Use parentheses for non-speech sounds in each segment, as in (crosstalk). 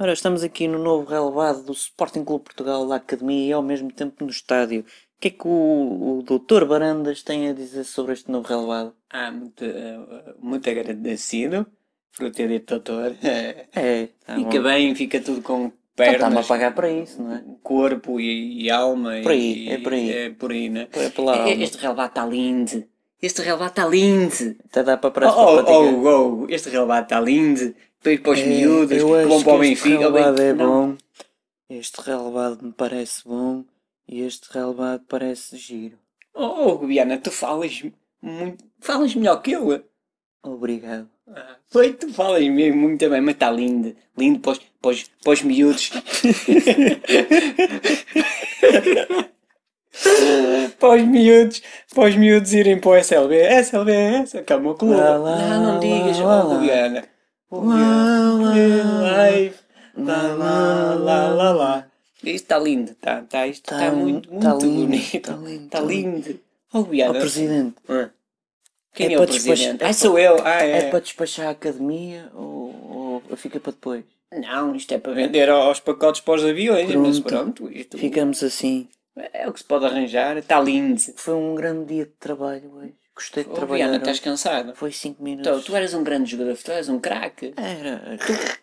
Ora, estamos aqui no novo relevado do Sporting Clube Portugal da Academia e ao mesmo tempo no estádio. O que é que o, o Dr. Barandas tem a dizer sobre este novo relevado? Ah, muito, eh, muito agradecido por ter dito doutor. (laughs) eh, É, tá Então Fica bem, fica tudo com Está-me a pernas, pagar para isso, não é? corpo e, e alma. Por e- aí, é por aí. É por aí, né? É pela alma. E- Este relevado está lindo. Este relevado está lindo. Até dá para Oh, parece oh, para praticar. oh, oh, este relevado está lindo. Depois para os É, miúdos, eu que vão acho para um o que este Benfica. relevado é Não. bom. Este relevado me parece bom e este relevado parece giro. Oh, oh, Guiana, tu falas muito. Falas melhor que eu. Obrigado. Ah, Foi, tu falas mesmo muito bem, mas está lindo. Lindo para os, para os, para (laughs) os miúdos. para os miúdos, para os miúdos irem para o SLB. SLB, essa que é o meu clube. Lá, lá, não, não digas, lá, oh, lá. Guiana. Oh, Lá, lá, Guiana. Life. lá, lá, lá, lá, lá. Isto está lindo, está tá, isto Tá está lindo, muito, muito tá lindo, bonito. tá lindo, Tá tá lindo. Oh, Ó, Guiana. presidente, Quem É é, o para despachar- presidente? é Ah, sou eu. Ah, é, é. para despachar a academia ou, ou fica para depois? Não, isto é para vender aos pacotes para os aviões, mas pronto, isto Ficamos assim. é o que se pode arranjar, está lindo. Foi um grande dia de trabalho hoje. Gostei de Oh, trabalhar. Viana, estás cansado? Foi 5 Então, minutos. tu eras um grande jogador, tu eras um craque. Era.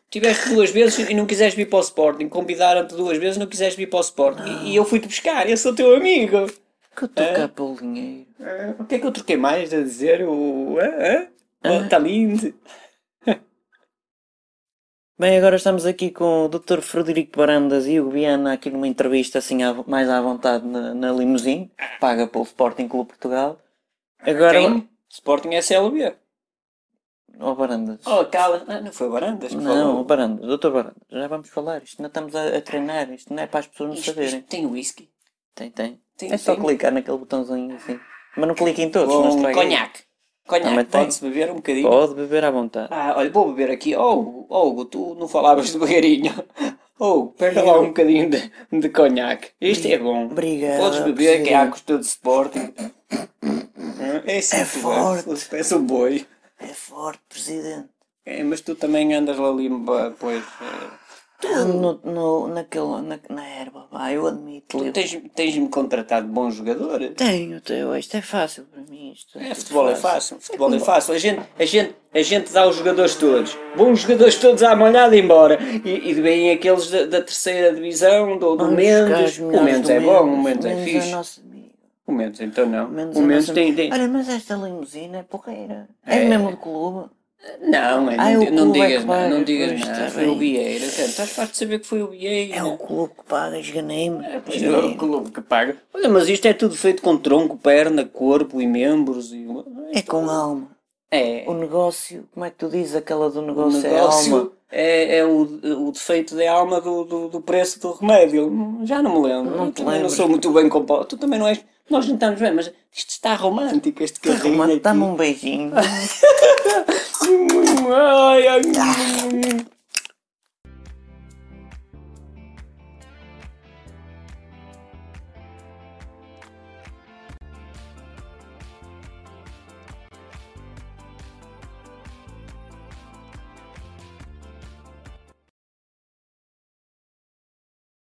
Tiveste duas vezes e não quiseste vir para o Sporting, convidaram-te duas vezes e não quiseste vir para o Sporting. E, e eu fui-te buscar, eu sou teu amigo. Que eu É? estou cá pelo dinheiro. Ah, o que é que eu troquei mais a dizer? O... Ah, ah? Oh, Está lindo. Bem, agora estamos aqui com o Dr. Frederico Barandas e o Biana aqui numa entrevista assim à- mais à vontade na, na limusine, paga pelo Sporting Clube Portugal. Agora, Quem? Sporting SLB. ó Barandas. Oh, cala. Ah, não foi Barandas que não, falou. o Barandas, Dr. Barandas, já vamos falar, isto não estamos a, a treinar, isto não é para as pessoas não Isto, saberem. isto tem whisky. Tem, tem. Tem- é só tem. clicar naquele botãozinho assim. Mas não clique em todos, não Com estraga. conhaque. Também Conhaque, tem. pode-se beber um bocadinho. Pode beber à vontade. Ah, olha, vou beber aqui. Oh, oh, Hugo, tu não falavas devagarinho. (laughs) Oh, pega lá um bocadinho de, de conhaque. Isto é bom. Obrigado, Podes beber, que é à presidente. custa do Sporting. Hum, É, assim É que tu forte. bebes, És um boi. É forte, presidente. É, mas tu também andas lá ali, ba- pois. eh, No, no, naquele, na, na erva, vá, eu admito. Tu livre. tens- tens-me contratado bom jogador. Tenho, tenho. Isto é fácil para mim. Isto É, tudo futebol é fácil. Futebol é fácil. A gente, a gente, a gente dá os jogadores todos. Bons jogadores todos à malhada embora. E, e vêm aqueles da, da terceira divisão, do, do Vamos buscar os Mendes. O melhores Mendes do é bom, o Mendes Mendes é Mendes fixe. nosso amigo. O Mendes então não. Mendes o é Mendes nosso tem, amigo. tem... Olha, mas esta limusina é porreira. É, É. mesmo do clube. Não, é, Ah, é não, o di- não clube é digas que nada, não paga, digas pois, nada. está Foi o bem. Vieira. Então, Estás farto de saber que foi o Vieira. É o clube que paga as ganeimas. Pois não, é o clube que paga. Olha, mas isto é tudo feito com tronco, perna, corpo e membros. E... É com alma. É. O negócio, como é que tu dizes aquela do O negócio, é alma? negócio é, é o, o defeito da alma do, do, do preço do remédio. Já não me lembro. Não Eu te também não lembras. sou muito bem composto. Tu também não és. Nós não estamos bem, mas isto está romântico, um este carrinho. (laughs) Romano, aqui. dá-me um beijinho. Ai, ai,